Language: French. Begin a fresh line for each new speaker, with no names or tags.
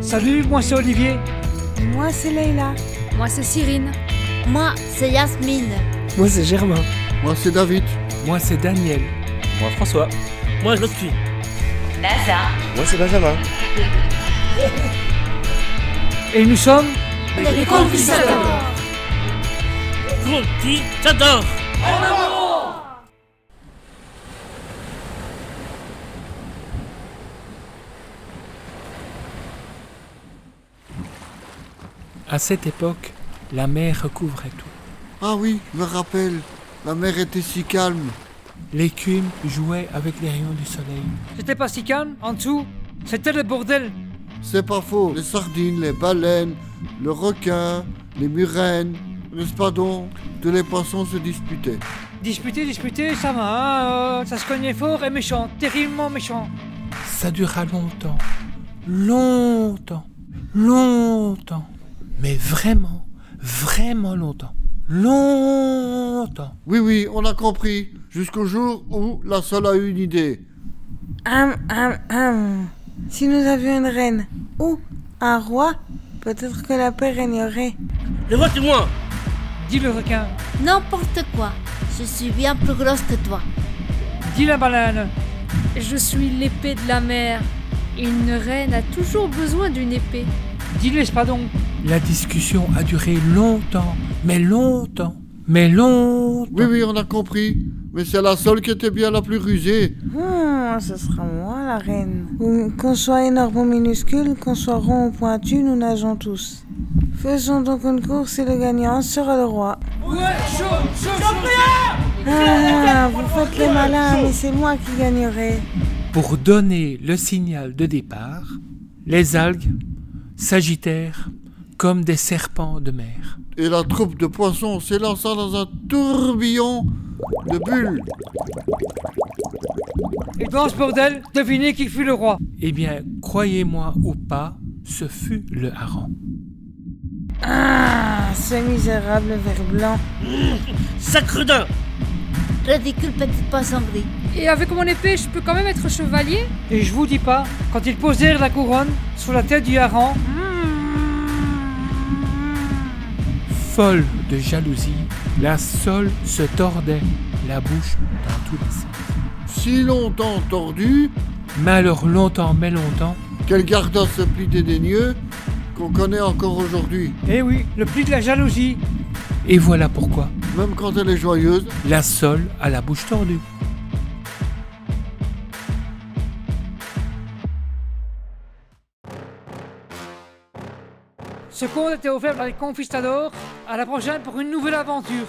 Salut, moi c'est Olivier.
Moi, c'est Leïla.
Moi, c'est Cyrine.
Moi, c'est Yasmine.
Moi, c'est Germain.
Moi, c'est David.
Moi, c'est Daniel.
Moi, François.
Moi, je suis.
NASA.
Moi, c'est Benjamin.
Et nous sommes.
Les, les conquistadors.
Conquistadors. En avant
À cette époque, la mer recouvrait tout.
Ah oui, je me rappelle, la mer était si calme.
L'écume jouait avec les rayons du soleil.
C'était pas si calme, en dessous, c'était le bordel.
C'est pas faux, les sardines, les baleines, le requin, les murènes, l'espadon, tous les poissons se disputaient.
Disputer, disputer, ça va, hein, ça se cognait fort et méchant, terriblement méchant.
Ça dura longtemps, longtemps, longtemps mais vraiment, vraiment longtemps. Longtemps.
Oui, oui, on a compris. Jusqu'au jour où la seule a eu une idée.
Hum, hum, hum. Si nous avions une reine ou un roi, peut-être que la paix régnerait.
Le vote moi
Dis le requin.
N'importe quoi. Je suis bien plus grosse que toi.
Dis la baleine.
Je suis l'épée de la mer. Une reine a toujours besoin d'une épée.
Dis l'espadon.
La discussion a duré longtemps, mais longtemps, mais longtemps.
Oui, oui, on a compris. Mais c'est la seule qui était bien la plus rusée.
Hum, ce sera moi la reine. Qu'on soit énorme ou minuscule, qu'on soit rond ou pointu, nous nageons tous. Faisons donc une course et le gagnant sera le roi.
Ouais, chaud, chaud,
chaud Ah, vous faites les malins, mais c'est moi qui gagnerai.
Pour donner le signal de départ, les algues, Sagittaire, comme des serpents de mer.
Et la troupe de poissons s'élança dans un tourbillon de bulles.
Et dans ce bordel, devinez qui fut le roi.
Eh bien, croyez-moi ou pas, ce fut le hareng.
Ah, ce misérable ver blanc.
Mmh, sacre d'un
Ridicule petite poisson gris.
Et avec mon épée, je peux quand même être chevalier
Et je vous dis pas, quand ils posèrent la couronne sur la tête du hareng,
folle de jalousie, la sole se tordait, la bouche dans tous les sens.
Si longtemps tordu,
mais alors longtemps, mais longtemps,
qu'elle garda ce pli dédaigneux qu'on connaît encore aujourd'hui.
Eh oui, le pli de la jalousie.
Et voilà pourquoi.
Même quand elle est joyeuse,
la sole a la bouche tordue.
Ce compte était offert par les Conquistadors. À la prochaine pour une nouvelle aventure.